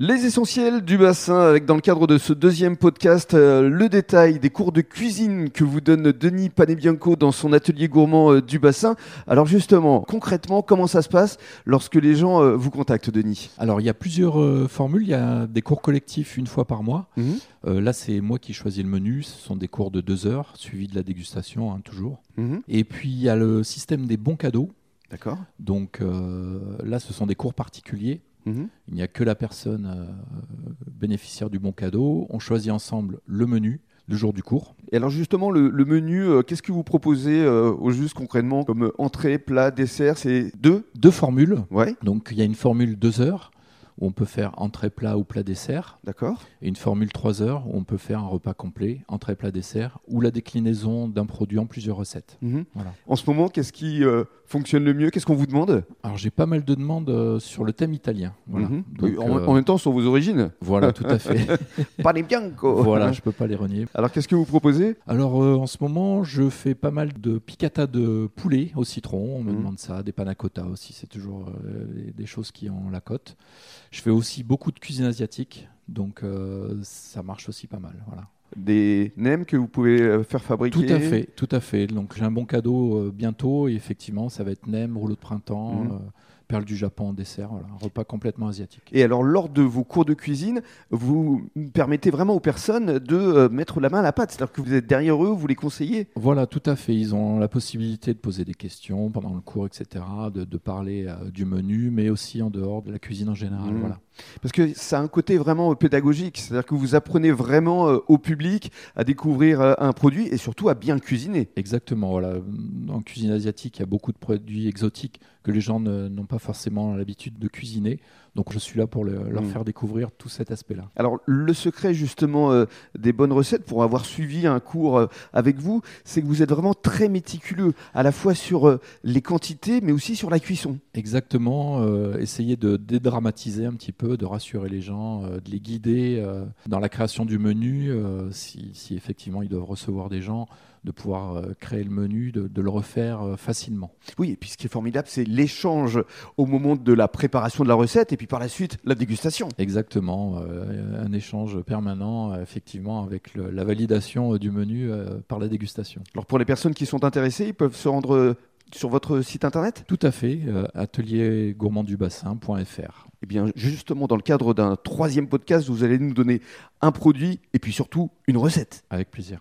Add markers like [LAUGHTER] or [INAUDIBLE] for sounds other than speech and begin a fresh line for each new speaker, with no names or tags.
Les essentiels du bassin, avec dans le cadre de ce deuxième podcast, euh, le détail des cours de cuisine que vous donne Denis Panebianco dans son atelier gourmand euh, du bassin. Alors justement, concrètement, comment ça se passe lorsque les gens euh, vous contactent, Denis
Alors, il y a plusieurs euh, formules. Il y a des cours collectifs une fois par mois.
Mhm.
Euh, là, c'est moi qui choisis le menu. Ce sont des cours de deux heures, suivis de la dégustation, hein, toujours.
Mhm.
Et puis, il y a le système des bons cadeaux.
D'accord.
Donc, euh, là, ce sont des cours particuliers.
Mhm.
Il n'y a que la personne euh, bénéficiaire du bon cadeau. On choisit ensemble le menu le jour du cours.
Et alors justement, le, le menu, euh, qu'est-ce que vous proposez euh, au juste concrètement comme euh, entrée, plat, dessert C'est deux
Deux formules.
Ouais,
Donc, il y a une formule deux heures où on peut faire entrée plat ou plat dessert.
d'accord.
et une formule 3 heures où on peut faire un repas complet, entrée, plat, dessert, ou la déclinaison d'un produit en plusieurs recettes.
Mhm.
Voilà.
En ce moment, qu'est-ce qui euh, fonctionne le mieux Qu'est-ce qu'on vous demande
Alors j'ai pas mal de demandes euh, sur le thème italien. Voilà,
Mhm.
Donc,
En-
euh,
en même temps, sur vos origines.
voilà tout
[LAUGHS]
à fait.
Panebianco
voilà, je peux pas les renier.
Alors qu'est-ce que vous proposez
Alors euh, en ce moment, je fais pas mal de piccata de poulet au citron. On me
Mhm.
demande ça, des panna cotta aussi. C'est toujours euh, des- des choses qui ont la cote. Je fais aussi beaucoup de cuisine asiatique, donc euh, ça marche aussi pas mal. Voilà.
des nems que vous pouvez euh, faire fabriquer.
Tout à fait, tout à fait. Donc j'ai un bon cadeau euh, bientôt et effectivement ça va être Nem, rouleau de printemps,
Mhm.
euh, perles du Japon en dessert, voilà, un repas complètement asiatique.
Et alors, lors de vos cours de cuisine, vous permettez vraiment aux personnes de euh, mettre la main à la pâte. C'est-à-dire que vous êtes derrière eux, vous les conseillez.
Voilà, tout à fait. Ils ont la possibilité de poser des questions pendant le cours, etc., de, de parler euh, du menu, mais aussi en dehors de la cuisine en général.
Mhm.
Voilà.
Parce que ça a un côté vraiment euh, pédagogique. C'est-à-dire que vous apprenez vraiment euh, au public à découvrir euh, un produit et surtout à bien le cuisiner.
Exactement. Voilà. En cuisine asiatique, il y a beaucoup de produits exotiques que les gens ne- n'ont pas forcément l'habitude de cuisiner. Donc je suis là pour le- leur
Mhm.
faire découvrir tout cet aspect-là.
Alors, le secret justement euh, des bonnes recettes, pour avoir suivi un cours euh, avec vous, c'est que vous êtes vraiment très méticuleux, à la fois sur euh, les quantités, mais aussi sur la cuisson.
Exactement, euh, essayer de dédramatiser un petit peu, de rassurer les gens, euh, de les guider euh, dans la création du menu, euh, si, si effectivement ils doivent recevoir des gens, de pouvoir euh, créer le menu, de, de le refaire euh, facilement.
Oui, et puis ce qui est formidable, c'est l'échange au moment de la préparation de la recette et puis par la suite la dégustation.
Exactement, euh, un échange permanent, euh, effectivement, avec le- la validation euh, du menu euh, par la dégustation.
Alors pour les personnes qui sont intéressées, ils peuvent se rendre euh, sur votre site internet
Tout à fait, euh, ateliergourmanddubassin.fr.
Eh bien, justement, dans le cadre d'un troisième podcast, vous allez nous donner un produit et puis surtout une recette.
Avec plaisir.